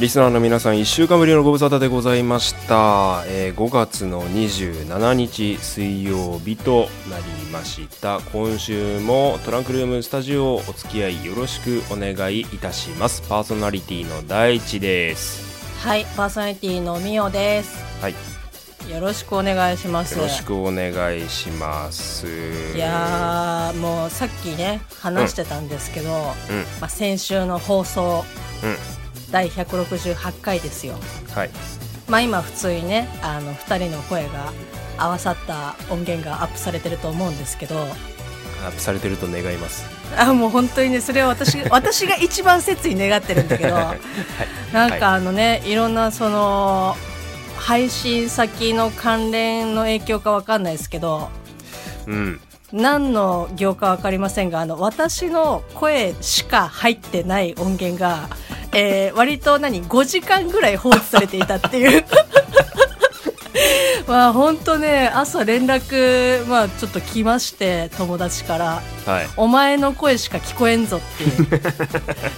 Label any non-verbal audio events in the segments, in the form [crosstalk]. リスナーの皆さん1週間ぶりのご無沙汰でございました、えー5月の27日水曜日となりました今週もトランクルームスタジオお付き合いよろしくお願いいたしますパーソナリティの第一ですはい、パーソナリティのみおです。はいよよろしくお願いします。ろしくお願いしますいやー、もうさっきね、話してたんですけど、うんうんまあ、先週の放送、第168回ですよ。はいまあ、今普通にね、あの2人の声が合わさった音源がアップされてると思うんですけど、アップされてると願いますあもう本当にねそれは [laughs] 私私が一番切に願ってるんだけど、なんかあのね、い、ろんなその配信先の関連の影響かわかんないですけどうん何の業かわかりませんがあの私の声しか入ってない音源が、えー割と何5時間ぐらい放置されていたっていう。 [laughs] まあ本当ね朝連絡、まあ、ちょっと来まして友達からはいお前の声しか聞こえん [laughs] ぞっていう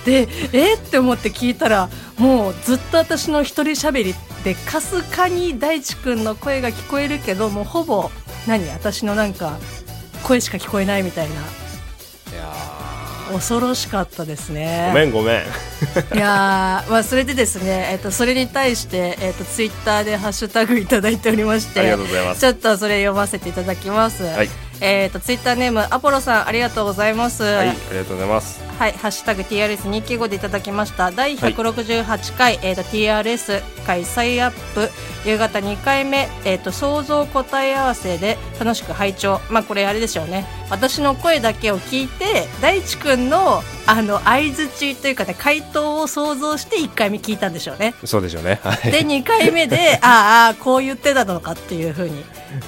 でえって思って聞いたらもうずっと私の一人喋りでかすかに大地くんの声が聞こえるけどもうほぼ何私のなんか声しか聞こえないみたいないや恐ろしかったですーごめねんごめんいやー、まあ、それでですね、えっとそれに対して、えっとツイッターでハッシュタグいただいておりましありてがとうございますちょっとそれ読ませていただきます、はいえっとツイッターネームアポロさんありがとうございます、はいありがとうございますはい、ハッシュタグ TRS295 でいただきました第168回、えー、と TRS 回再アップ夕方2回目、えー、と想像答え合わせで楽しく拝聴まあこれあれでしょうね私の声だけを聞いて大地くんのあの相づちというかね回答を想像して1回目聞いたんでしょうねそうでしょうねはいで2回目 [laughs] であーあーこう言ってたのかっていうふうに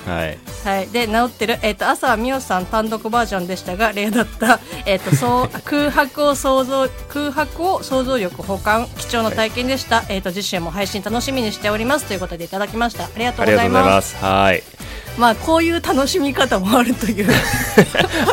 はいはい、で治ってる、えっと朝はミオさん単独バージョンでしたが例だった、 [laughs] えっとそう [laughs] 空白を想像空白を想像力保管貴重な体験でした、えっと次週も配信楽しみにしておりますということでいただきましたありがとあうりごがざというございまますす。はい。まあこういう楽しみ方もあるという [laughs]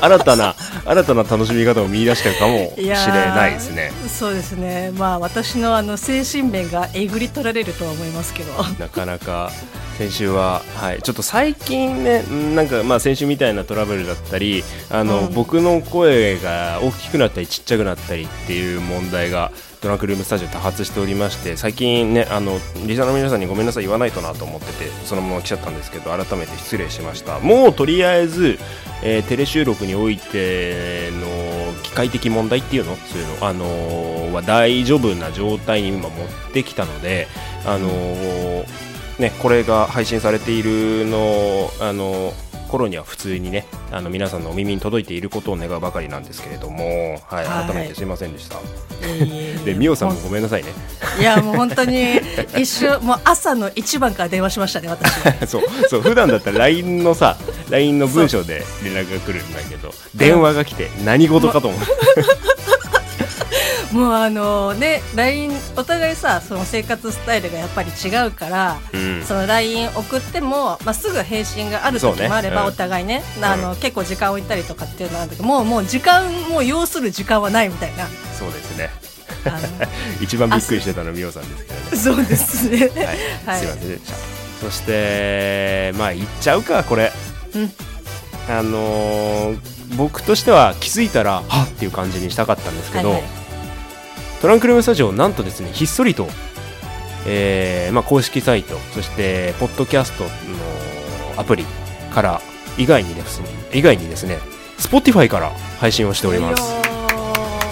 新たな、新たな楽しみ方を見出してるかもしれないですね。そうですねまあ私のあの精神面がえぐり取られるとは思いますけどなかなか、先週は、はい、ちょっと最近ね、んなんか、まあ、先週みたいなトラブルだったり、あの、うん僕の声が大きくなったり、ちっちゃくなったりっていう問題が、トランクルームスタジオ多発しておりまして、最近ね、あの、リサの皆さんにごめんなさい言わないとなと思ってて、そのまま来ちゃったんですけど、改めて失礼しました。もうとりあえず、えーテレ収録においての機械的問題っていうのそういうの、あのーは大丈夫な状態に今持ってきたので、あのーね、これが配信されているの、あのー頃には普通にねあの皆さんのお耳に届いていることを願うばかりなんですけれども、はい、はい改めてすいませんでした、ででミオさんもごめんなさいね [laughs] いやもう本当に一瞬もう朝の一番から電話しましたね私そうそう普段だったら LINE のさ LINE の文章で連絡が来るんだけど電話が来て何事かと思うもうあのね LINE お互いさその生活スタイルがやっぱり違うから、うんその LINE 送っても、まあ、すぐ返信がある時もあれそうねうば、んお互いねあの、結構時間置いたりとかっていうのはあるんだけどもうもう時間もう要する時間はないみたいなそうですねあ [laughs] 一番びっくりしてたのはミオさんですけどねのそうですねはい、はいすいませんでしたそしてまあ言っちゃうかこれうんあのー僕としては気づいたらはっっていう感じにしたかったんですけど、はいはいトランクルームスタジオなんとですねひっそりと、えーまあ、公式サイトそしてポッドキャストのアプリから以外にですね以外にですね Spotify から配信をしております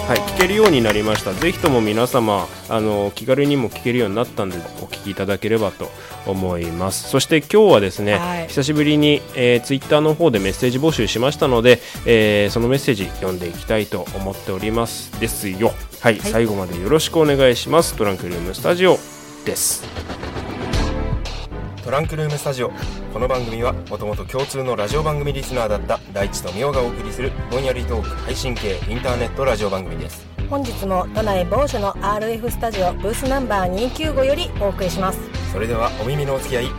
はい、聞けるようになりました。ぜひとも皆様、あの気軽にも聞けるようになったんで、お聞きいただければと思います。そして今日はですね、はい久しぶりに、えー、ツイッターの方でメッセージ募集しましたので、えーそのメッセージ読んでいきたいと思っております。ですよ。はい、はい最後までよろしくお願いします。トランクルームスタジオです。トランクルームスタジオこの番組はもともと共通のラジオ番組リスナーだった大地とみおがお送りするぼんやりトーク配信系インターネットラジオ番組です本日も都内某所の RF スタジオブースナンバー295よりお送りしますそれではお耳のお付き合いよ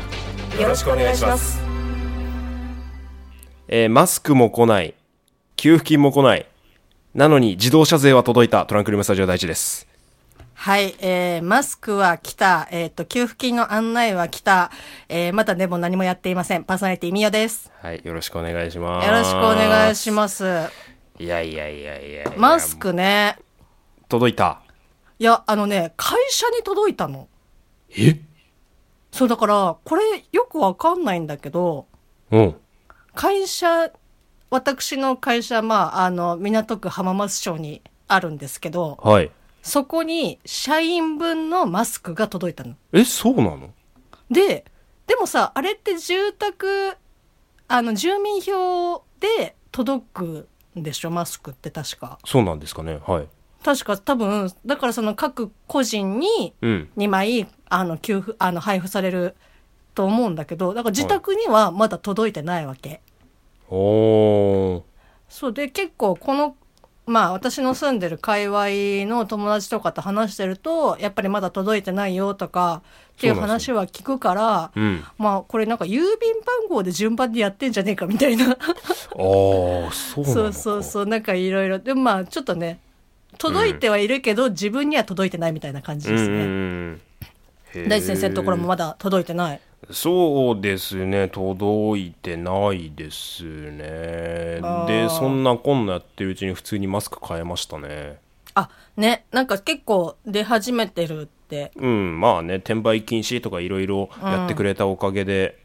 よろしくお願いしますえーマスクも来ない給付金も来ないなのに自動車税は届いたトランクルームスタジオ第一ですはい、えー、マスクは来た、えっ、と、給付金の案内は来た、えー、まだでも何もやっていません。パーソナリティみよです。はい、よろしくお願いします。よろしくお願いします。す。いやいやいやいやいやマスクね。届いた。いや、あのね、会社に届いたの。えそう、だから、これよくわかんないんだけど、うん。会社、私の会社、まあ、あの、港区浜松町にあるんですけど、はい。そこに社員分のマスクが届いたの。え、そうなので、でもさ、あれって住宅、あの、住民票で届くんでしょ、マスクって確か。そうなんですかね。はい。確か多分、だからその各個人にうん。 2枚、あの、給付、あの、配布されると思うんだけど、だから自宅にはまだ届いてないわけ。おー。そうで結構このまあ私の住んでる界隈の友達とかと話してるとやっぱりまだ届いてないよとかっていうそうなんです話は聞くからうん。まあこれなんか郵便番号で順番にやってんじゃねえかみたいなあー、そうなのかそうそうそうなんかいろいろでもまあちょっとね届いてはいるけど、自分には届いてないみたいな感じですうんうんね。うんへー大地先生のところもまだ届いてない。そうですね届いてないですねあーでそんなこんなやってるうちに普通にマスク買えましたねあ、ね、なんか結構出始めてるって。うんまあね転売禁止とかいろいろやってくれたおかげで、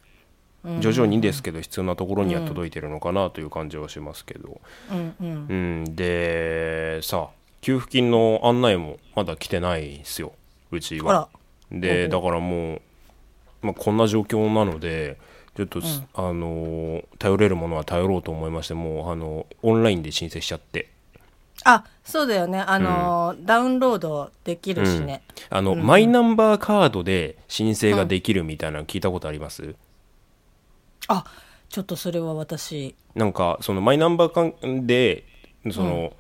徐々にですけど必要なところには届いてるのかなという感じはしますけど、うんうん。うん、でさ給付金の案内もまだ来てないんですようちあらは。でだからもう、まあ、こんな状況なのでちょっとす、あのー頼れるものは頼ろうと思いましてもうあのオンラインで申請しちゃって、あ、そうだよね。あのー、ダウンロードできるしね。あのマイナンバーカードで申請ができるみたいなの聞いたことあります、あちょっとそれは私なんかそのマイナンバー間でその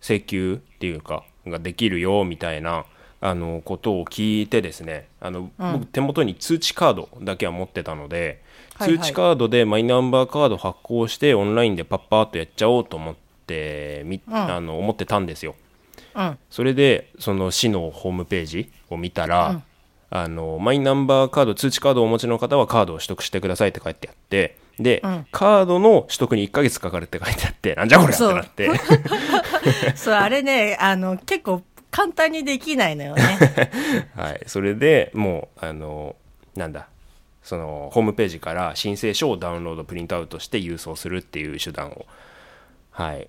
請求っていうかができるよみたいなあのことを聞いてですねあの、僕手元に通知カードだけは持ってたので、はいはい通知カードでマイナンバーカード発行してオンラインでパッパーっとやっちゃおうと思ってみ、あの思ってたんですよ。うんそれでその市のホームページを見たら、あのマイナンバーカード通知カードをお持ちの方はカードを取得してくださいって書いてあってで、カードの取得に1ヶ月かかるって書いてあってなんじゃこれってそうなって [laughs] そうあれねあの結構簡単にできないのよね [laughs] はい、それでもうあのなんだそのホームページから申請書をダウンロードプリントアウトして郵送するっていう手段を、はい、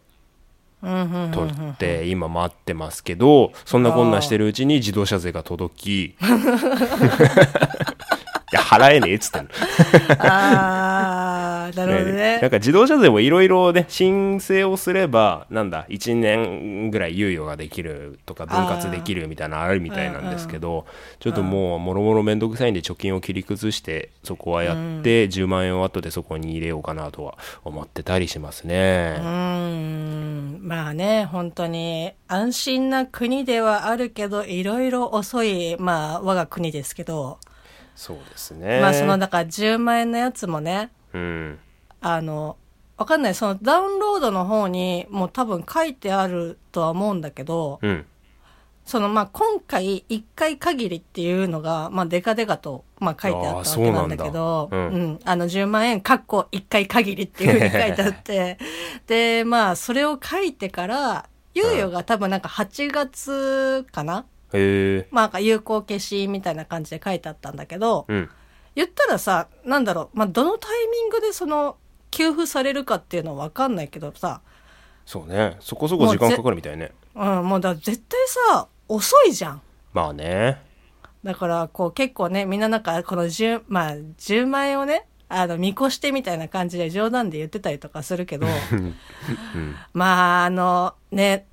取って今待ってますけどそんなこんなしてるうちに自動車税が届きいや払えねえっつってんのああなるほどねなんか自動車税もいろいろね申請をすればなんだ1年ぐらい猶予ができるとか分割できるみたいなのあるみたいなんですけど、ちょっともうもろもろ面倒くさいんで貯金を切り崩してそこはやって、10万円を後でそこに入れようかなとは思ってたりしますね。うーんまあね本当に安心な国ではあるけどいろいろ遅いまあ我が国ですけど、そうですね、まあそのだから10万円のやつもねうんあのわかんないそのダウンロードの方にもう多分書いてあるとは思うんだけど、うんそのまあ今回一回限りっていうのがまあデカデカとまあ書いてあったわけなんだけどあーそうなんだうあの10万円かっこ一回限りっていうふうに書いてあって [laughs] でまあそれを書いてから猶予が多分なんか8月かな、へえまあなんか有効消しみたいな感じで書いてあったんだけど、うん言ったらさなんだろう、まあ、どのタイミングでその給付されるかっていうのは分かんないけどさ、そうねそこそこ時間かかるみたいねうん、もうだ絶対さ遅いじゃん。まあねだから、こう結構ね、みんななんか、この10、まあ、10万円をね、あの、見越してみたいな感じで冗談で言ってたりとかするけ [laughs] ど、まあ、あの、ね、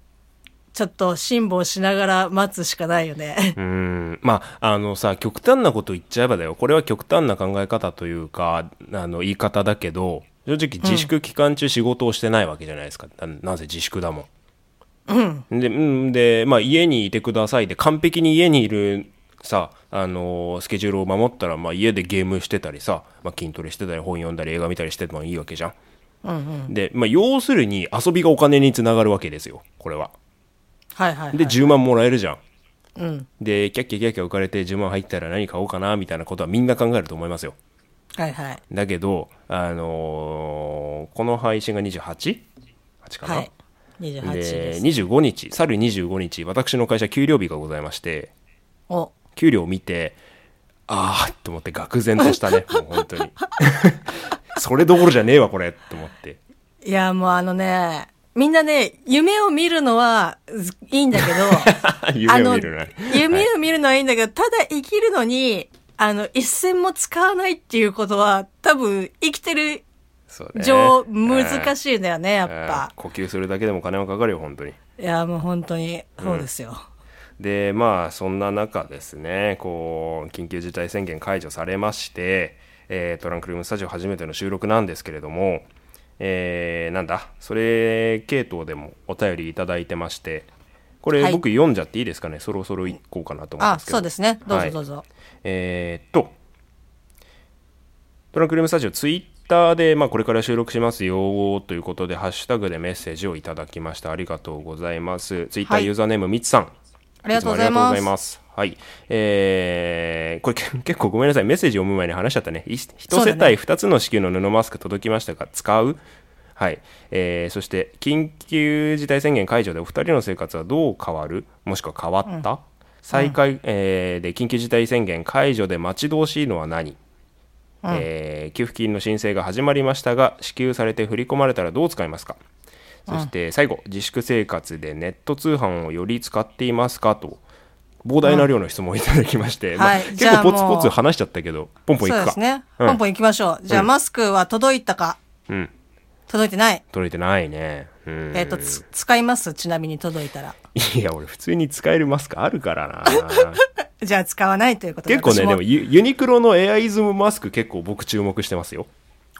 ちょっと辛抱しながら待つしかないよね。うーんまああのさ極端なこと言っちゃえばだよこれは極端な考え方というかあの言い方だけど正直自粛期間中仕事をしてないわけじゃないですか、ななぜ自粛だもん。でうんで、まあ、家にいてくださいで完璧に家にいるさあのースケジュールを守ったら、まあ、家でゲームしてたりさ、まあ、筋トレしてたり本読んだり映画見たりしてもいいわけじゃん。で、まあ、要するに遊びがお金につながるわけですよこれは。 [laughs] はいはい、はい。で10万もらえるじゃん。うんでキャッキャキャッキャ浮かれて10万入ったら何買おうかなみたいなことはみんな考えると思いますよはいはいだけど、あのーこの配信が 28?8 かな、はい28でです25日去る25日私の会社給料日がございましてお給料を見てああと思って愕然と [laughs] したねもう本当に [laughs] それどころじゃねえわこれと思っていやもうあのねみんなね夢を見るのはずいいんだけ [laughs] ど夢を見るなあの夢はいを見るのはいいんだけど、ただ生きるのにあの一銭も使わないっていうことは多分生きてるそうね上、うん難しいんだよねやっぱうん、呼吸するだけでも金はかかるよ本当にいやもう本当にそうですよ、でまあそんな中ですねこう緊急事態宣言解除されまして、えートランクルームスタジオ初めての収録なんですけれども、えーなんだそれ系統でもお便りいただいてましてこれはい僕読んじゃっていいですかね、そろそろ行こうかなと思うんあですけどそうですねどうはぞいどうぞ、えーっと、トランクルームスタジオツイッターで、まあ、これから収録しますよということで、ハッシュタグでメッセージをいただきました。ありがとうございます。ツイッタはーいユーザーネーム、みつさん。ありがとうございまつもすありがとうございます。はい。えー、これけ [laughs] 結構ごめんなさい。メッセージ読む前に話しちゃったね。い一そう世だね帯二つの支給の布マスク届きましたが、使うはい。えーそして、緊急事態宣言解除でお二人の生活はどう変わるもしくは変わった、再開、えーで、緊急事態宣言解除で待ち遠しいのは何、えー給付金の申請が始まりましたが、支給されて振り込まれたらどう使いますかそして最後、自粛生活でネット通販をより使っていますかと、膨大な量の質問をいただきまして、んまあはい結じゃあ構もうポツポツ話しちゃったけど、ポンポンいくそか。うですね、うんポンポン行きましょうじゃあ、マスクは届いたかうん。届いてない取れてないね。うん。えっ、とつ使いますちなみに届いたらいや、俺普通に使えるマスクあるから [laughs] な。じゃあ使わないということで結構ね、私でもユユニクロのエアイズムマスク結構僕注目してますよ。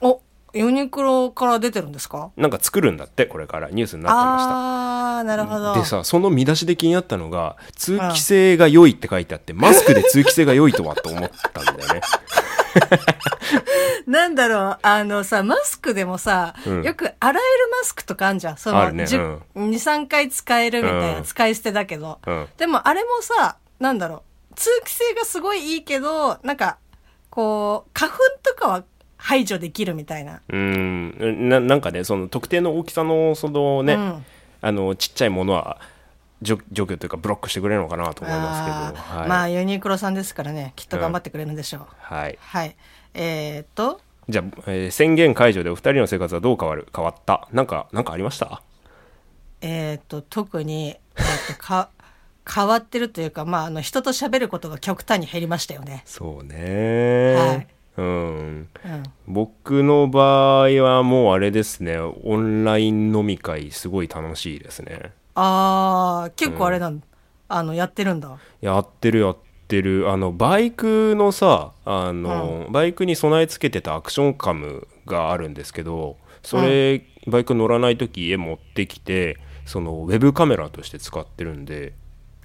おユニクロから出てるんですかなんか作るんだって、これからニュースになってました。ああーなるほどでさ、その見出しで気になったのが、通気性が良いって書いてあ [laughs] って、マスクで通気性が良いとはと思ったんだよね。なんだろう、あのさ、マスクでもさ、うんよく洗えるマスクとかあんじゃん。その、あるねじゅうん2、3回使えるみたいな、うん使い捨てだけど、うんでもあれもさ、なんだろう、通気性がすごいいいけど、なんか、こう、花粉とかは排除できるみたいな。うーんななんかねその特定の大きさのそのね、うんあのちっちゃいものは除除去というかブロックしてくれるのかなと思いますけどあーはい、まあ、ユニクロさんですからね、きっと頑張ってくれるんでしょう。はい、はい。えー、っと、じゃあ、えー宣言解除でお二人の生活はどう変わる変わったなんかなんかありましたえー、っと、特に、えーっと、 [laughs] か、変わってるというか、まあ、あの、人と喋ることが極端に減りましたよね。そうね、はいうんうん。僕の場合はもうあれですねオンライン飲み会すごい楽しいですねああ結構あれなん、あのやってるんだやってるやってるあのバイクのさあの、バイクに備え付けてたアクションカムがあるんですけどそれ、バイク乗らない時家持ってきてそのウェブカメラとして使ってるんで、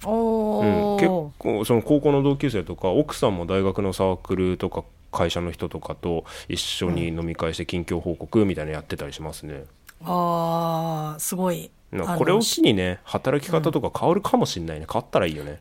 うん、お結お、構その高校の同級生とか奥さんも大学のサークルとか会社の人とかと一緒に飲み会して近況報告みたいなのやってたりしますね。ああすごいなんあかのこれを機にね働き方とか変わるかもしんないね変わったらいいよね。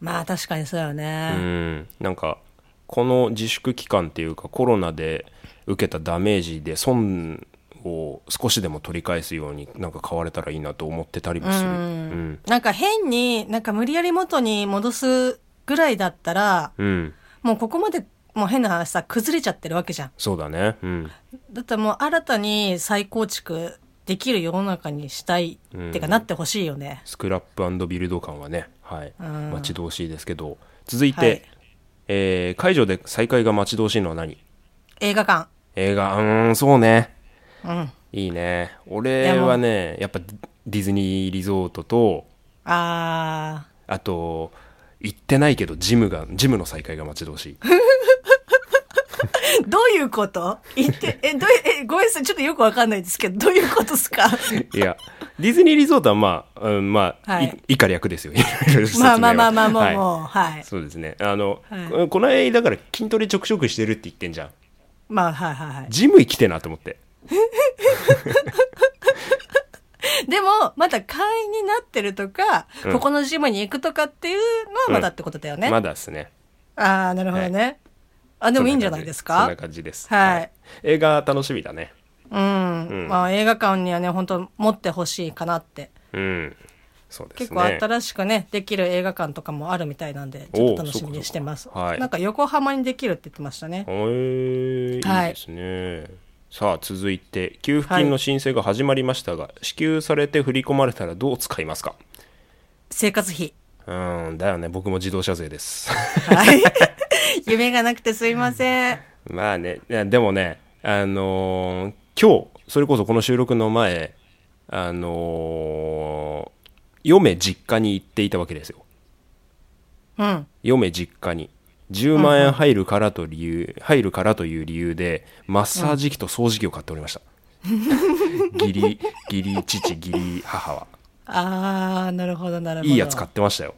まあ確かにそうようね、ん、なんかこの自粛期間っていうかコロナで受けたダメージで損を少しでも取り返すようになんか買われたらいいなと思ってたりもする、うんなんか変になんか無理やり元に戻すぐらいだったらうん、もうここまでもう変な話さ崩れちゃってるわけじゃんそうだね、うん、だったらもう新たに再構築できる世の中にしたい、ってかなってほしいよねスクラップビルド感はね、はい、うん待ち遠しいですけど続いて、はいえー解除で再開が待ち遠しいのは何映画館映画うーんそうねうんいいね俺はねやっぱディズニーリゾートとあー [laughs] あと、行ってないけど、ジムが、ジムの再開が待ち遠 [laughs] しい。どういうこと言って、え、どういう、え、ごめんなさい、ちょっとよくわかんないですけど、どういうこ [laughs] とですかいや、ディズニーリゾートはまあ、うん、まあ、はいい、以下略ですよ。いろいろ説明まはあまあまあまあ、もう、はいもう、はい。そうですね。あの、はいここの間、だから筋トレちょくちょくしてるって言ってんじゃん。まあ、はいはいはい。ジム行きてえなと思って。でも、まだ会員になってるとか、うんここのジムに行くとかっていうのはまだってことだよね。まだですねああ、なるほどね。あ、でもいいんじゃないですそんなか感じですはい映画楽しみだねうん、んまあ映画館にはね、本当持ってほしいかなって。うんそうですね結構新しくね、できる映画館とかもあるみたいなんで、ちょっと楽しみにしてます。おうそうかそうかはいなんか横浜にできるって言ってましたね。へえはいいいですね、さあ続いて給付金の申請が始まりましたが、支給されて振り込まれたらどう使いますか生活費。うんだよね僕も自動車税です [laughs] はい。夢がなくてすいません。まあねいやでもねあのー今日それこそこの収録の前あのー嫁実家に行っていたわけですようん。嫁実家に10万円入るからと理由、入るからという理由でマッサージ機と掃除機を買っておりま [laughs] した、ギリギリ父ギリ母はあー、なるほど、なるほど。いいやつ買ってましたよ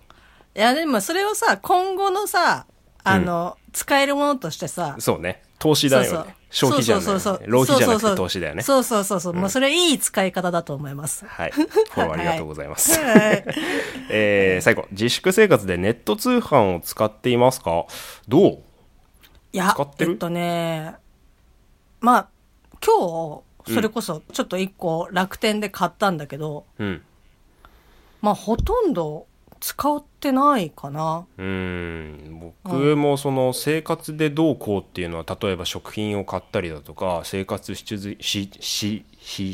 いや、でもそれをさ、今後のさ、あの、使えるものとしてさ、そうね投資そうだよねそう消費じゃない、ね、そうそうそう浪費じゃなそくうそてうそう投資だよねそうそうそうそう。もうそれいい使い方だと思います。はい [laughs] フォローありがとうございます、はい。えー最後自粛生活でネット通販を使っていますかどういや使ってるえっとね、まあ、今日、それこそちょっと一個楽天で買ったんだけど、うんまあほとんど使ってないかな。うーん僕もその生活でどうこうっていうのは例えば食品を買ったりだとか生活しつししし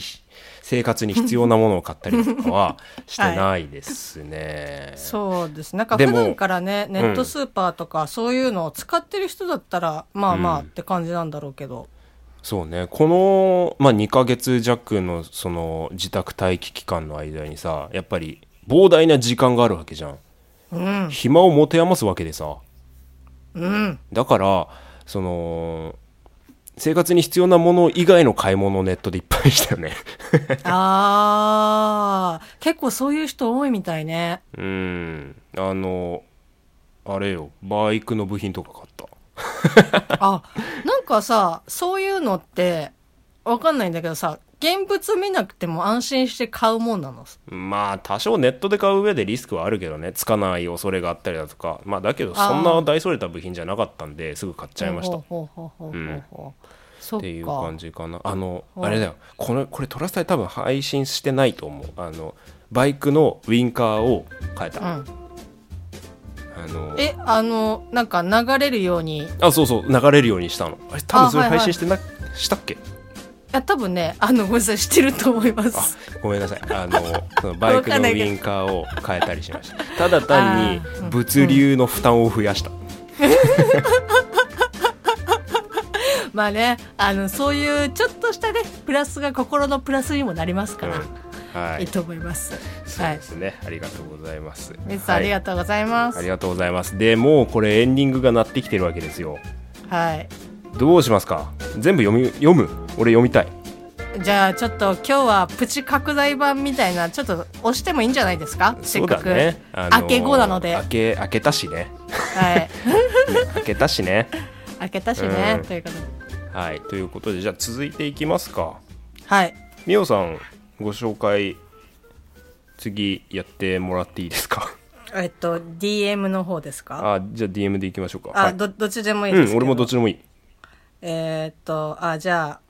生活に必要なものを買ったりだとかはしてないですね。そうですね。なんかで普も段からね、ネットスーパーとかそういうのを使ってる人だったら、まあまあって感じなんだろうけ [laughs] ど。そうねこの、まあ、2ヶ月弱のその自宅待機期間の間にさやっぱり膨大な時間があるわけじゃん。うん、暇を持て余すわけでさうん。だからその生活に必要なもの以外の買い物をネットでいっぱいしたよ [laughs] ね。あー、結構そういう人多いみたいね。うんあのあれよバイクの部品とか買ったあ、なんかさ、そういうのって、わかんないんだけどさ、現物見なくても安心して買うもんなの。まあ多少ネットで買う上でリスクはあるけどねつかない恐れがあったりだとかまあだけどあーそんな大それた部品じゃなかったんですぐ買っちゃいましたっほうほうほうほうほうほうそっか。ていう感じかなあのうんあれだよこれこれトラスタイ多分配信してないと思うあのバイクのウインカーを変えた、うあん。のえ、あの、なんか流れるように、いあそうそう流れるようにしたのあれ多分それあはいはい配信してな、したっけや、多分ね、あの、ごめんなさい、してると思いまあす。ごめんなさいあの [laughs] そのバイクのウインカーを変えたりしましたただ単にあーうん物流の負担を増やした、まあね、あの、そういうちょっとしたね、プラスが心のプラスにもなりますから、、うんはいいいと思います。そうはでい。すね、ありがとうございますメッツさん、ありはがとうございまいす。ありがとうございますでもうこれエンディングが鳴ってきてるわけですよはい。どうしますか全部読み読む俺読みたいじゃあちょっと今日はプチ拡大版みたいなちょっと押してもいいんじゃないですかせそっうかだく、ね、あのー明け後なので明け明けたしねはい明けたしね [laughs] 開けたしうね、んということではいということでじゃあ続いていきますかはいみおさんご紹介次やってもらっていいですかえっと DM の方ですかあじゃあ DM でいきましょうかあ、はい、どどっちでもいいですけうんど俺もどっちでもいいえーっとあじゃあ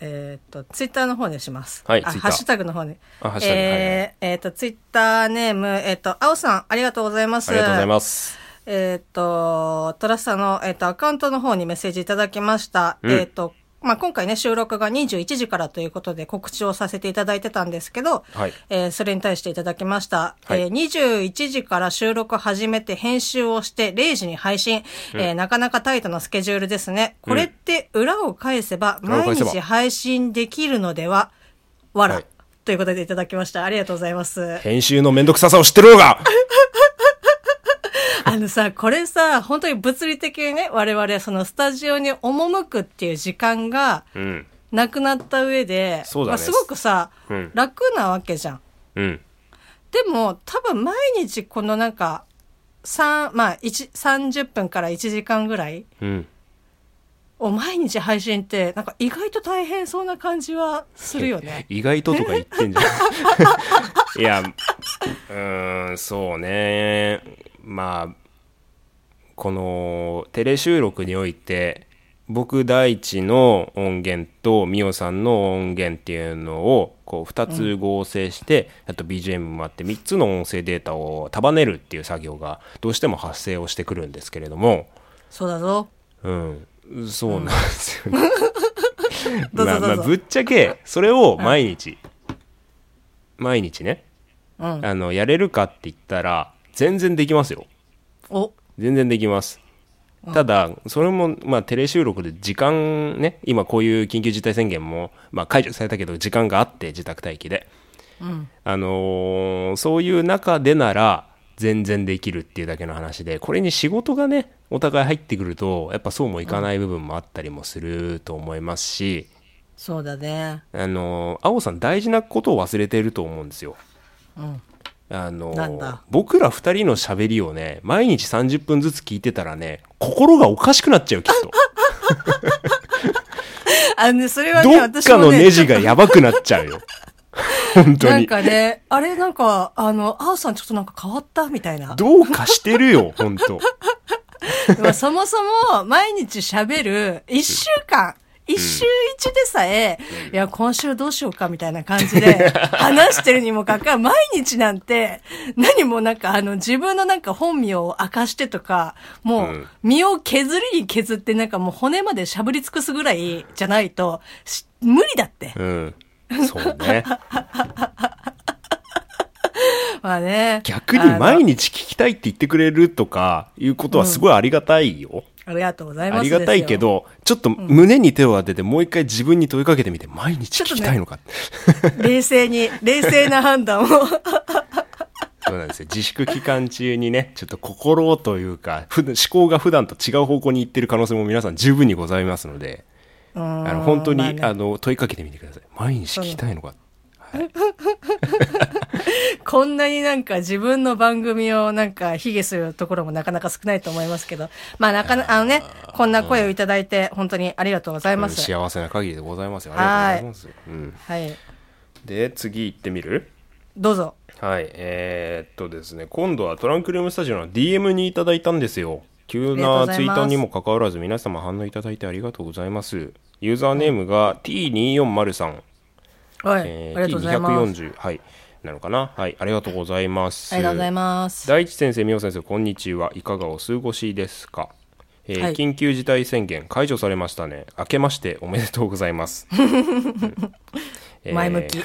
えーっとツイッターの方にしますはいあ Twitter ハッシュタグの方にあハッシュタグえはいはいーえーっとツイッターネームえーっとあおさんありがとうございますありがとうございますえっ、と、トラスタの、えっ、と、アカウントの方にメッセージいただきました。うんえっ、と、まあ、今回ね、収録が21時からということで告知をさせていただいてたんですけど、はいえーそれに対していただきました。はいえー21時から収録始めて編集をして0時に配信。えーなかなかタイトなスケジュールですね。これって裏を返せば裏を毎返せば日配信できるのでは、わら、はいということでいただきました。ありがとうございます。編集のめんどくささを知ってるのがあのさ、これさ、本当に物理的にね、我々、そのスタジオに赴くっていう時間がうんなくなった上で、そうだねまあ、すごくさ、うん楽なわけじゃん。うんでも、多分毎日このなんか、三まあ、一30分から1時間ぐらいうんを毎日配信ってなんか意外と大変そうな感じはするよね意外ととか言ってんじゃん [laughs] いやうーんそうねまあこのテレ収録において僕大地の音源とミオさんの音源っていうのをこう2つ合成して、あと BGM もあって3つの音声データを束ねるっていう作業がどうしても発生をしてくるんですけれども、そうだぞうん、そうなんですよね。 [laughs] どうぞまあまあどうぞぶっちゃけそれを毎日、毎日ねうんあのやれるかって言ったら全然できますよお全然できますただそれもまあテレ収録で時間ね今こういう緊急事態宣言も、まあ、解除されたけど時間があって自宅待機で、あのーそういう中でなら全然できるっていうだけの話でこれに仕事がねお互い入ってくるとやっぱそうもいかない部分もあったりもすると思いますし、そうだねあのー青さん大事なことを忘れてると思うんですよ。うんあのーなんだ僕ら2人の喋りをね毎日30分ずつ聞いてたらね心がおかしくなっちゃうきっとあのねそれはねどっ私かものねネジがやばくなっちゃう [laughs] よ本当なんにかねあれなんかあの青さんちょっとなんか変わったみたいなどうかしてるよ本当まあそもそも毎日喋る一週間、一週一でさえ、いや、今週どうしようかみたいな感じで話してるにもかかわらず毎日なんて、何もなんかあの自分のなんか本名を明かしてとか、もうんう身を削りに削ってなんかもう骨までしゃぶり尽くすぐらいじゃないと、し無理だって。うんそう [laughs] ねまあね。逆に毎日聞きたいって言ってくれるとかいうことはすごいありがたいよ、あのありがとうございます。ありがたいけ。どちょっと胸に手を当ててもう一回自分に問いかけてみて毎日聞きたいのかって、冷静に、冷静な判断を。そうなんですよ。自粛期間中にね、ちょっと心というか、ふ思考が普段と違う方向に行ってる可能性も皆さん十分にございますので、ああの本当に、あの問いかけてみてください。毎日聞きたいのか。こんなになんか自分の番組をなんか卑下するところもなかなか少ないと思いますけど、まあなかなか、あのね、こんな声をいただいて本当にありがとうございうんます。幸せな限りでございますよ。ありがとうございます。うん、はい。で、次行ってみるどうぞ。はい。えーっとですね、今度はトランクルームスタジオの DM にいただいたんですよ。急なツイートにもかかわらず皆様反応いただいてありがとうございます。ユーザーネームが T240 さん。はい。えありがとうございます。 T240、はい、なのかな。はい、ありがとうございます。ありがとうございます。大地先生、美穂先生、こんにちは。いかがお過ごしですか、えーはい緊急事態宣言解除されましたね。明けましておめでとうございます。うん前向き [laughs]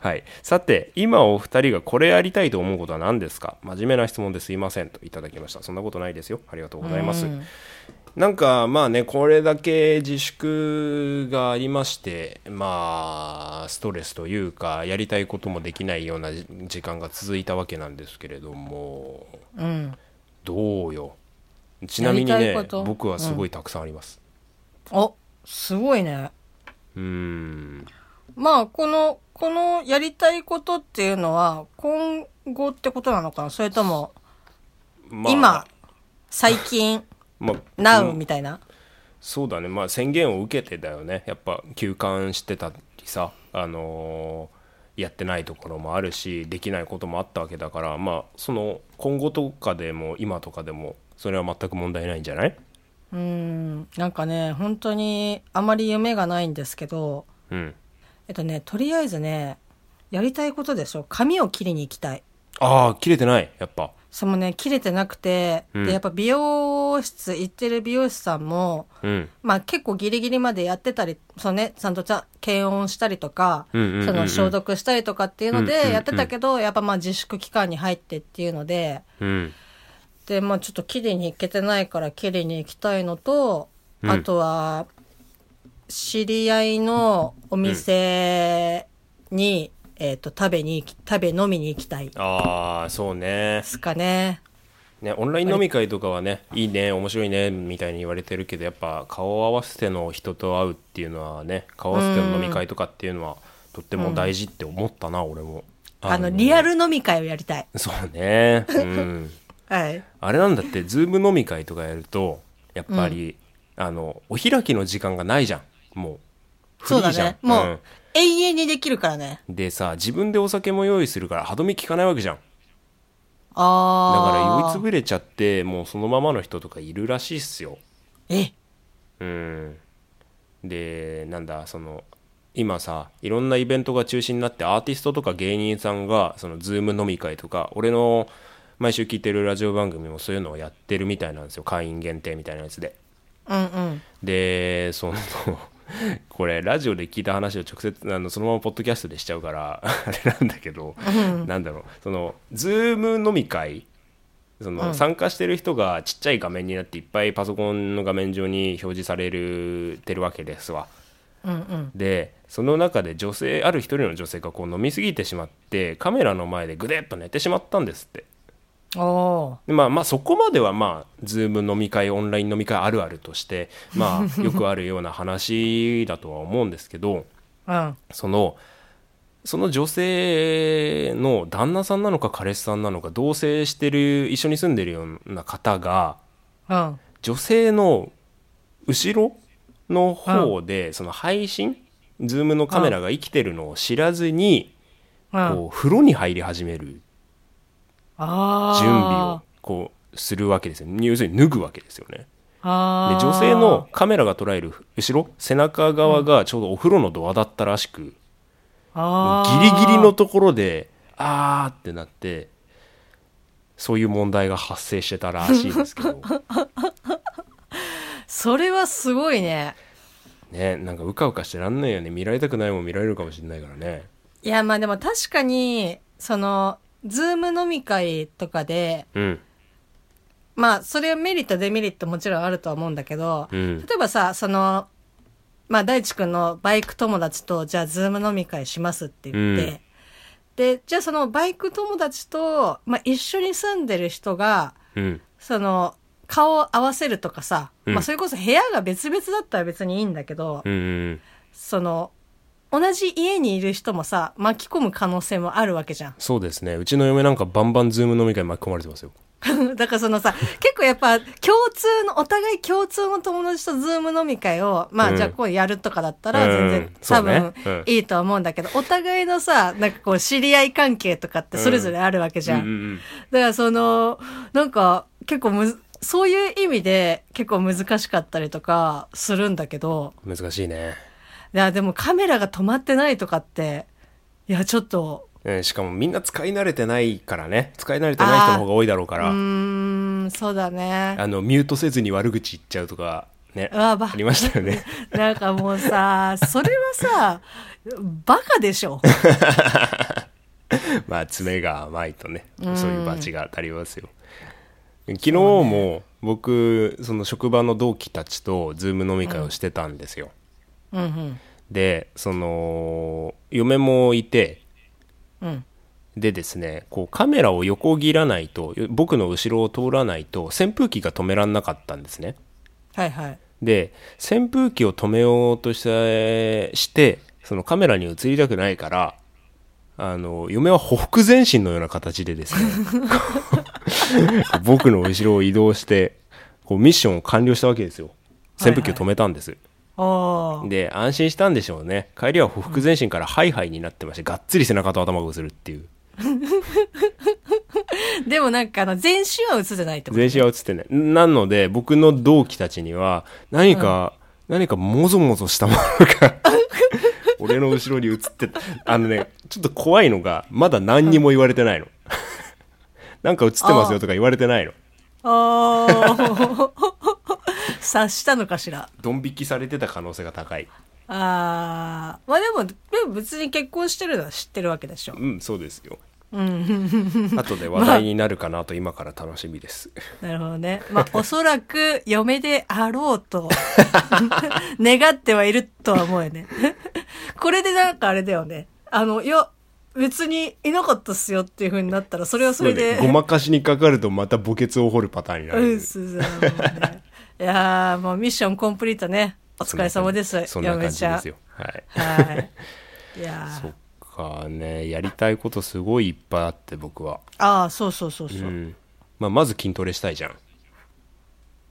はい。さて、今お二人がこれやりたいと思うことは何ですか真面目な質問ですいませんといただきました。そんなことないですよ。ありがとうございます。なんかまあねこれだけ自粛がありましてまあストレスというかやりたいこともできないようなじ時間が続いたわけなんですけれどもうん。どうよちなみにやりねたいこと僕はすごいたくさんありますお、すごいね。うーんまあ、この、このやりたいことっていうのは、今後ってことなのかなそれとも、まあ今、最 [laughs] 近、まあ now うんみたいな。そうだねまあ宣言を受けてだよねやっぱ休館してたりさあのーやってないところもあるしできないこともあったわけだからまあその今後とかでも今とかでもそれは全く問題ないんじゃないうーん、なんかね、本当にあまり夢がないんですけど、うんえっとね、とりあえずね、やりたいことでしょ。髪を切りに行きたい。ああ切れてないやっぱそのね、切れてなくて、うんで、やっぱ美容室、行ってる美容師さんも、うんまあ結構ギリギリまでやってたり、そのね、ちゃんとちゃ検温したりとか、うんうんうんうんその消毒したりとかっていうのうんうんうでんやってたけど、やっぱまあ自粛期間に入ってっていうので、うんで、まあちょっと切りに行けてないから切りに行きたいのと、うんあとは、知り合いのお店に、えっ、と、食べに行き、食べ飲みに行きたいでああそうねすかね。ねオンライン飲み会とかはねいいね面白いねみたいに言われてるけどやっぱ顔を合わせての人と会うっていうのはね顔合わせての飲み会とかっていうのはとっても大事って思ったな、俺もあの、リアル飲み会をやりたい。そうね。うん。 [laughs] はい。あれなんだって、ズーム飲み会とかやると、やっぱり、あのお開きの時間がないじゃんもうフそリうだーじゃんね。もう、永遠にできるからね。うんでさ自分でお酒も用意するから歯止め効かないわけじゃんだからああ。酔いつぶれちゃってもうそのままの人とかいるらしいっすよえ、うんでなんだその今さいろんなイベントが中止になってアーティストとか芸人さんがそのズーム飲み会とか俺の毎週聞いてるラジオ番組もそういうのをやってるみたいなんですよ会員限定みたいなやつでうんうん。でそのこれラジオで聞いた話を直接あのそのままポッドキャストでしちゃうから [laughs] あれなんだけど、なんだろうそのズーム飲み会その、参加してる人がちっちゃい画面になっていっぱいパソコンの画面上に表示されるてるわけですわ。うんうん。でその中で女性ある一人の女性がこう飲みすぎてしまってカメラの前でぐでっと寝てしまったんですって。おでまあまあそこまではまあズーム飲み会オンライン飲み会あるあるとしてま [laughs] あよくあるような話だとは思うんですけどー。うん。そのその女性の旦那さんなのか彼氏さんなのか同棲してる一緒に住んでるような方がうん。女性の後ろの方でその配信ズームのカメラが生きてるのを知らずにうん。こう風呂に入り始めるあ準あ。備を。こうするわけですよ要するに脱ぐわけですよね。でああ。女性の。カメラが捉える後ろ背中側がちょうどお風呂のドアだったらしく、ああ。ギリギリの。ところであーってなってそういう問題が発生してたらしいですけ [laughs] どそれはすごいね。ねなんかうかうかしてらんないよね見られたくないもん見られるかもしれないからねいや、まあでも確かに、その、ズーム飲み会とかで、うんまあ、それはメリット、デメリットもちろんあるとは思うんだけど、うん例えばさ、その、まあ、大地君のバイク友達と、じゃあ、ズーム飲み会しますって言って、うんで、じゃあ、そのバイク友達と、まあ、一緒に住んでる人が、うんその、顔を合わせるとかさ、うんまあ、それこそ部屋が別々だったら別にいいんだけど、うんうんその、同じ家にいる人もさ、巻き込む可能性もあるわけじゃん。 [laughs] そうですねうちの嫁なんかバンバンズーム飲み会巻き込まれてますよだからそのさ、結構やっぱ共通の、お互い共通の友達とズーム飲み会を、まうあんじゃあこうやるとかだったらうん全然、そ多うね分うんいいとは思うんだけど、お互いのさ、なんかこう知り合い関係とかってそれぞれあるわけじゃん。うんうんだからその、なんか結構むず、そういう意味で結構難しかったりとかするんだけど、うん難しいね、いやでもカメラが止まってないとかって、いやちょっと、うん、しかもみんな使い慣れてないからね使い慣れてない人の方が多いだろうかうらーん、そうだね。 [laughs] あのミュートせずに悪口言っちゃうとかねうわばありましたよね [laughs] なんかもうさ、それはさ、バカでしょ。まあ爪が甘いとねそういうバチが当たりますよ昨日も僕その職場の同期たちとズーム飲み会をしてたんですよ、うんうん。でその嫁もいてうん。でですねこうカメラを横切らないとよ僕の後ろを通らないと扇風機が止めらんなかったんですねはいはい。で扇風機を止めようとしてしてそのカメラに映りたくないからあの嫁はほふく前進のような形でですね [laughs] こう僕の後ろを移動してこうミッションを完了したわけですよ扇風機を止めたんです、おー。で安心したんでしょうね帰りはほふく前進からハイハイになってましてがっつり背中と頭が映るっていうでもなんかあの、全身は映ってないってこと。全身は映ってないなので僕の同期たちには何か、何かもぞもぞしたもの [laughs] が俺の後ろに映ってたあのねちょっと怖いのがまだ何にも言われてないのなんか映ってますよとか言われてないのおー。察したのかしら。ドン引きされてた可能性が高いあー。まあでも、でも別に結婚してるのは知ってるわけでしょ。うんそうですようん。後で話題になるかなと今から楽しみです、なるほどね。 [laughs] まあおそらく嫁であろうと、 [laughs] 願ってはいるとは思うよね。 [laughs] これでなんかあれだよね。あの、いや、別にいなかったっすよっていう風になったら、それはそれで。なのごまかしにかかるとまた墓穴を掘るパターンになる、うん、そうそうもう [laughs] ねいやーもうミッションコンプリートね。お疲れ様です。そんな感じ嫁ちゃんですよはい [laughs] はい。いやそーっかねやりたいことすごいいっぱいあって僕はああ、そうそうそうそうう。んまあ、まず筋トレしたいじゃん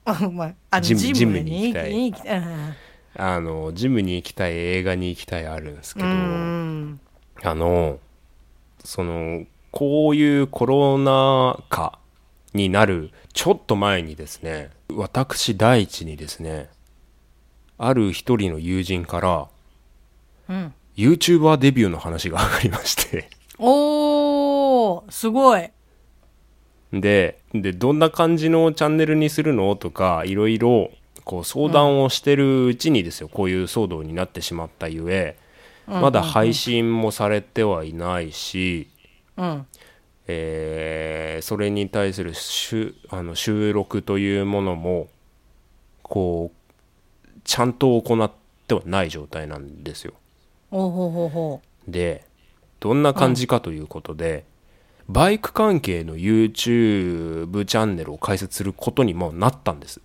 あうまいあのジムジムジムに行きにたいに行きたいうんあのジムに行きたい映画に行きたいあるんですけど、うんあのそのこういうコロナ禍になるちょっと前にですね私第一にですねある一人の友人からうん YouTuber デビューの話が上がりましておーすごいででどんな感じのチャンネルにするのとかいろいろこう相談をしてるうちにですよ、こういう騒動になってしまったゆえまだ配信もされてはいないし、うんえーそれに対する収あの収録というものもこうちゃんと行ってはない状態なんですよ。おほほほでどんな感じかということで、バイク関係の YouTube チャンネルを開設することにもなったんです。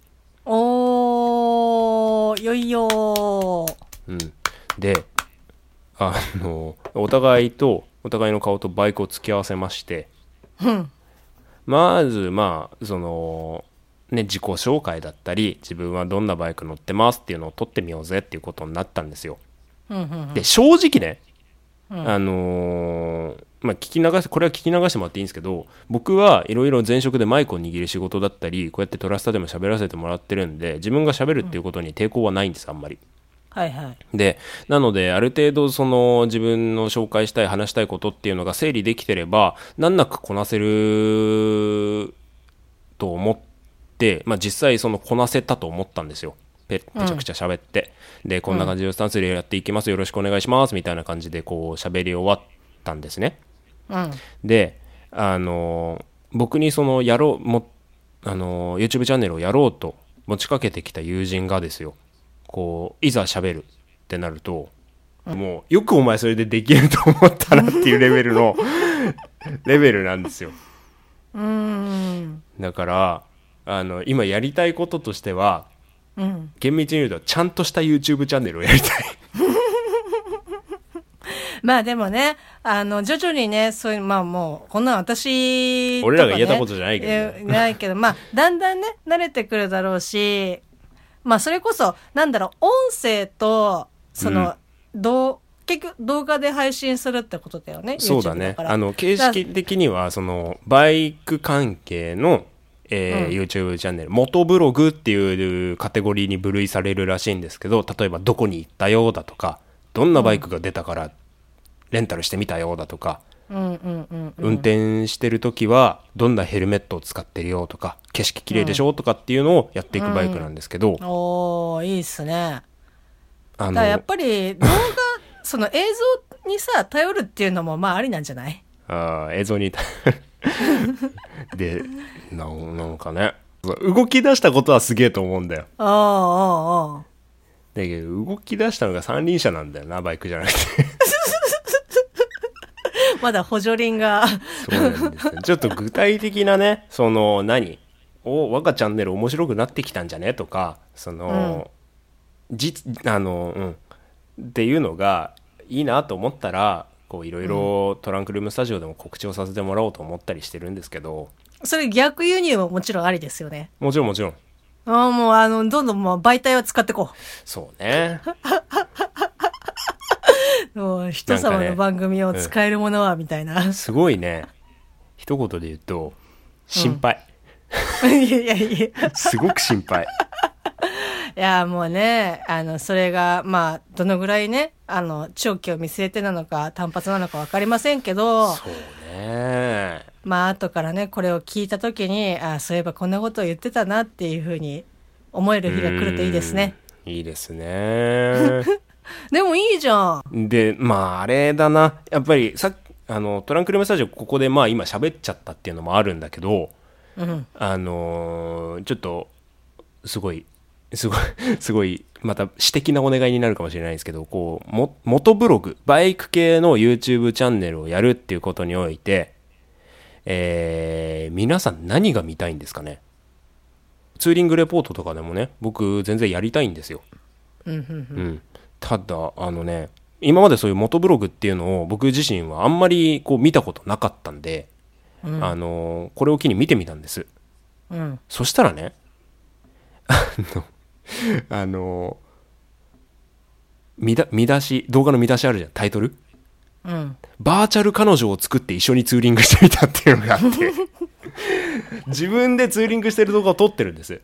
おーよいよーうん、であのお互いとお互いの顔とバイクを突き合わせまして、まずまあそのね自己紹介だったり自分はどんなバイク乗ってますっていうのを撮ってみようぜっていうことになったんですよ。うんうんで正直ね、あのーまあ聞き流しこれは聞き流してもらっていいんですけど僕はいろいろ前職でマイクを握る仕事だったりこうやってトラスタでも喋らせてもらってるんで自分が喋るっていうことに抵抗はないんですあんまり。はいはいで、なので、ある程度、その、自分の紹介したい、話したいことっていうのが整理できてれば、難なくこなせる、と思って、まあ、実際、その、こなせたと思ったんですよ。ぺ、めちゃくちゃ喋って。で、こんな感じのスタンスでやっていきます。よろしくお願いします。みたいな感じで、こう、喋り終わったんですね。うんで、あの僕にそのやろうも、あの YouTube チャンネルをやろうと持ちかけてきた友人がですよこういざ喋るってなると、もうよくお前それでできると思ったなっていうレベルの [laughs] レベルなんですようんだからあの今やりたいこととしてはうん厳密に言うとちゃんとした YouTube チャンネルをやりたいまあでもね、あの、徐々にね、そういう、まあもう、こんなん私とか、ね、俺らが言えたことじゃないけどねえないけど、まあ、だんだんね、慣れてくるだろうし、まあそれこそ、なんだろう、音声と、その、どう結局動画で配信するってことだよね。そうだ YouTube ね。からあの、形式的には、その、バイク関係の、えーうん YouTube チャンネル、元ブログっていうカテゴリーに分類されるらしいんですけど、例えばどこに行ったよだとか、どんなバイクが出たからレンタルしてみたよだとか、うんうんうんうん。運転してる時はどんなヘルメットを使ってるよとか、景色綺麗でしょとかっていうのをやっていくバイクなんですけど、おー、いいっすね。あだからやっの、ぱり、動画、その映像にさ、頼るっていうのも、まあありなんじゃないあー映像に [laughs] でななんかね動き出したことはすげえと思うんだよおーおーおー。だけど動き出したのが三輪車なんだよなバイクじゃなくてまだ補助輪が。そうなんですよ [laughs] ちょっと具体的なねその何お我がチャンネル面白くなってきたんじゃねとかその、じあのうんっていうのがいいなと思ったらこういろいろトランクルームスタジオでも告知をさせてもらおうと思ったりしてるんですけどそれ逆輸入ももちろんありですよね。もちろんもちろんああ、もうあの、どんどんもう媒体を使ってこそうねう。もう人様の番組を使えるものは、みたいな。すごいね一言で言うと心配、 [laughs] いやいやいや。いすごく心 [laughs] 配や、もうね、あの、それが、まあ、どのぐらいね、あの、長期を見据えてなのか、単発なのかわかりませんけど、そうねまあ、後からね、これを聞いたときに、ああ、そういえばこんなことを言ってたなっていうふうに思える日が来るといいですね。うん。いいですね。 [laughs] でもいいじゃん。で、まあ、あれだな。やっぱり、さっきあの、トランクルームスタジオ、ここで、まあ、今喋っちゃったっていうのもあるんだけど、うん。あのーちょっと、すごい、すごい、すごい、また、私的なお願いになるかもしれないんですけど、こう、も、元ブログ、バイク系の YouTube チャンネルをやるっていうことにおいて、えー皆さん何が見たいんですかねツーリングレポートとかでもね、僕、全然やりたいんですよ。うん、うん、うん、ただあのね今までそういう元ブログっていうのを僕自身はあんまりこう見たことなかったんで、あのこれを機に見てみたんですうん。そしたらねのあの見だ見出し動画の見出しあるじゃんタイトルうんバーチャル彼女を作って一緒にツーリングしてみたっていうのがあって [laughs] 自分でツーリングしてる動画を撮ってるんです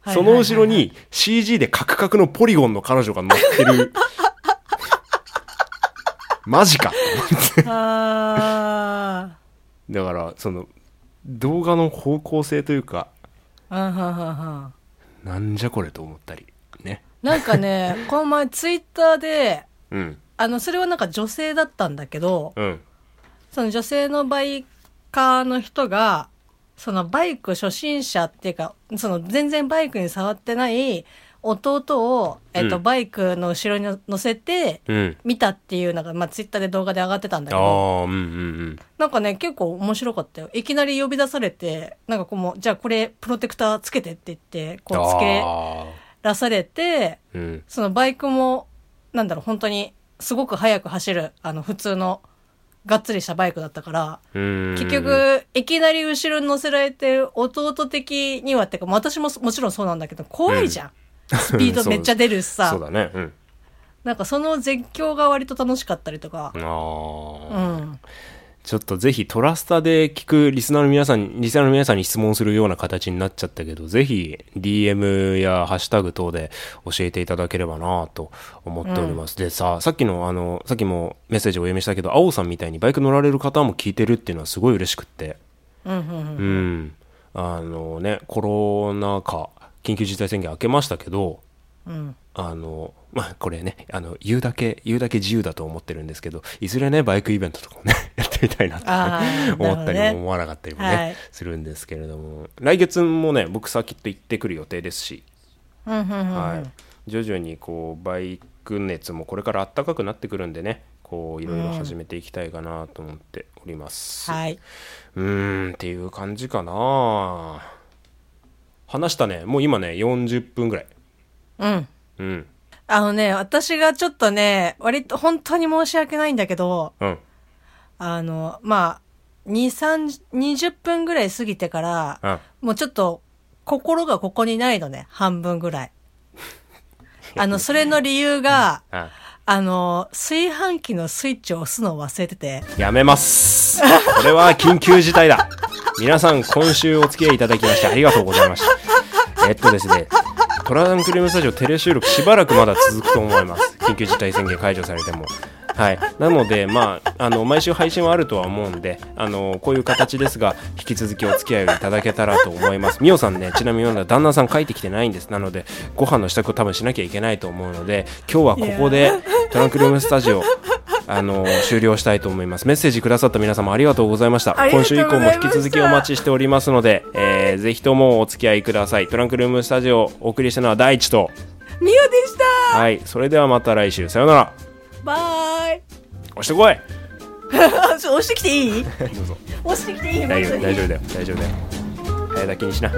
はいはいはいはいその後ろに CG でカクカクのポリゴンの彼女が乗ってる [laughs] マジかあだからその動画の方向性というかあうんはんはんはんなんじゃこれと思ったりねなんかねこの前ツイッターでうんあのそれはなんか女性だったんだけどうんその女性のバイカーの人がそのバイク初心者っていうかその全然バイクに触ってない弟を、えっとうんバイクの後ろに乗せてうん見たっていうのが、まあ、ツイッターで動画で上がってたんあだけどあうんうんなんかね結構面白かったよいきなり呼び出されてなんかこうもうじゃあこれプロテクターつけてって言ってうんこうつけあらされてーうんそのバイクも、なんだろう、本当に、すごく速く走る、あの、普通の、がっつりしたバイクだったから、うん結局、いきなり後ろに乗せられて、弟的にはってか、まあ私もそもちろんそうなんだけど、怖いじゃん。スピードめっちゃ出るし [laughs] そさう、だねうんなんかその絶叫が割と楽しかったりとかあ、うあ、ん。ちょっとぜひトラスタで聞くリスナーの皆さんリスナーの皆さんに質問するような形になっちゃったけどぜひ DM やハッシュタグ等で教えていただければなと思っております、でささっきのあのさっきもメッセージをお読みしたけど青さんみたいにバイク乗られる方も聞いてるっていうのはすごい嬉しくってうん、うん、うん、あのねコロナ禍緊急事態宣言明けましたけどうん。あのまあこれねあの言うだけ言うだけ自由だと思ってるんですけどいずれねバイクイベントとかもね [laughs] やってみたいなっあてね思ーったりなるほどねも思わなかったりもねはいするんですけれども来月もね僕サーキット行ってくる予定ですし、うん、うん、うん。はい、徐々にこうバイク熱もこれから暖かくなってくるんでねこういろいろ始めていきたいかなと思っております。はい。うーんっていう感じかな話したねもう今ね40分ぐらいうん。うんあのね、私がちょっとね、割と本当に申し訳ないんだけど、うんあの、まあ、2、3、20分ぐらい過ぎてから、うんもうちょっと、心がここにないのね、半分ぐ [laughs] らい。あの、それの理由が、ああの、炊飯器のスイッチを押すのを忘れてて、やめますこれは緊急事態だ皆さん今週お付き合いいただきましてありがとうございま [laughs] したえっとですねトランクルームスタジオテレ収録しばらくまだ続くと思います緊急事態宣言解除されてもはいなのでまああの毎週配信はあるとは思うんであのこういう形ですが引き続きお付き合いをいただけたらと思いますみおさんねちなみに旦那さん帰ってきてないんですなのでご飯の支度を多分しなきゃいけないと思うので今日はここでトランクルームスタジオあの終了したいと思いますメッセージくださった皆様ありがとうございましたありが今と週う以ございま降したも引き続きお待ちしておりますので、えーぜひともお付き合いくださいトランクルームスタジオお送りしたのは第一とミオでしたはいそれではまた来週さようならバーイ押してこいちょ押してきてい [laughs] いどうぞ押してきていい大丈夫本当に大丈夫だよ大丈夫だよ早いだけにしな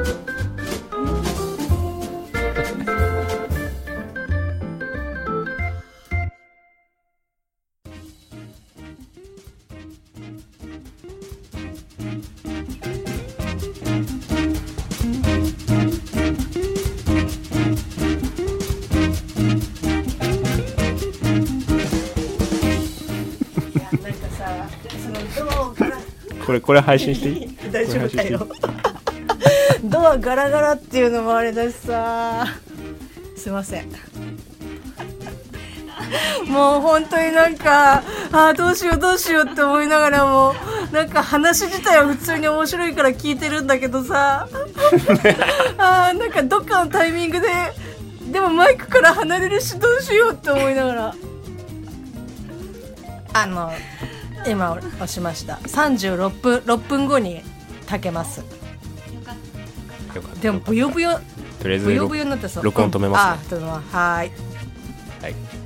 いやなんかさ、そのドアがこれこれ配信していい [laughs] 大丈夫だよドアガラガラっていうのもあれだしさすいません [laughs] もう本当になんかあーどうしようどうしようって思いながらもなんか話自体は普通に面白いから聞いてるんだけど [laughs] さあーなんかどっかのタイミングででもマイクから離れるしどうしようって思いながらあの今押しました36分6分後に炊けますよかっでもブヨブヨたとりあえずブヨブヨになってそう録音止めますね、うんあ止めますはーいはい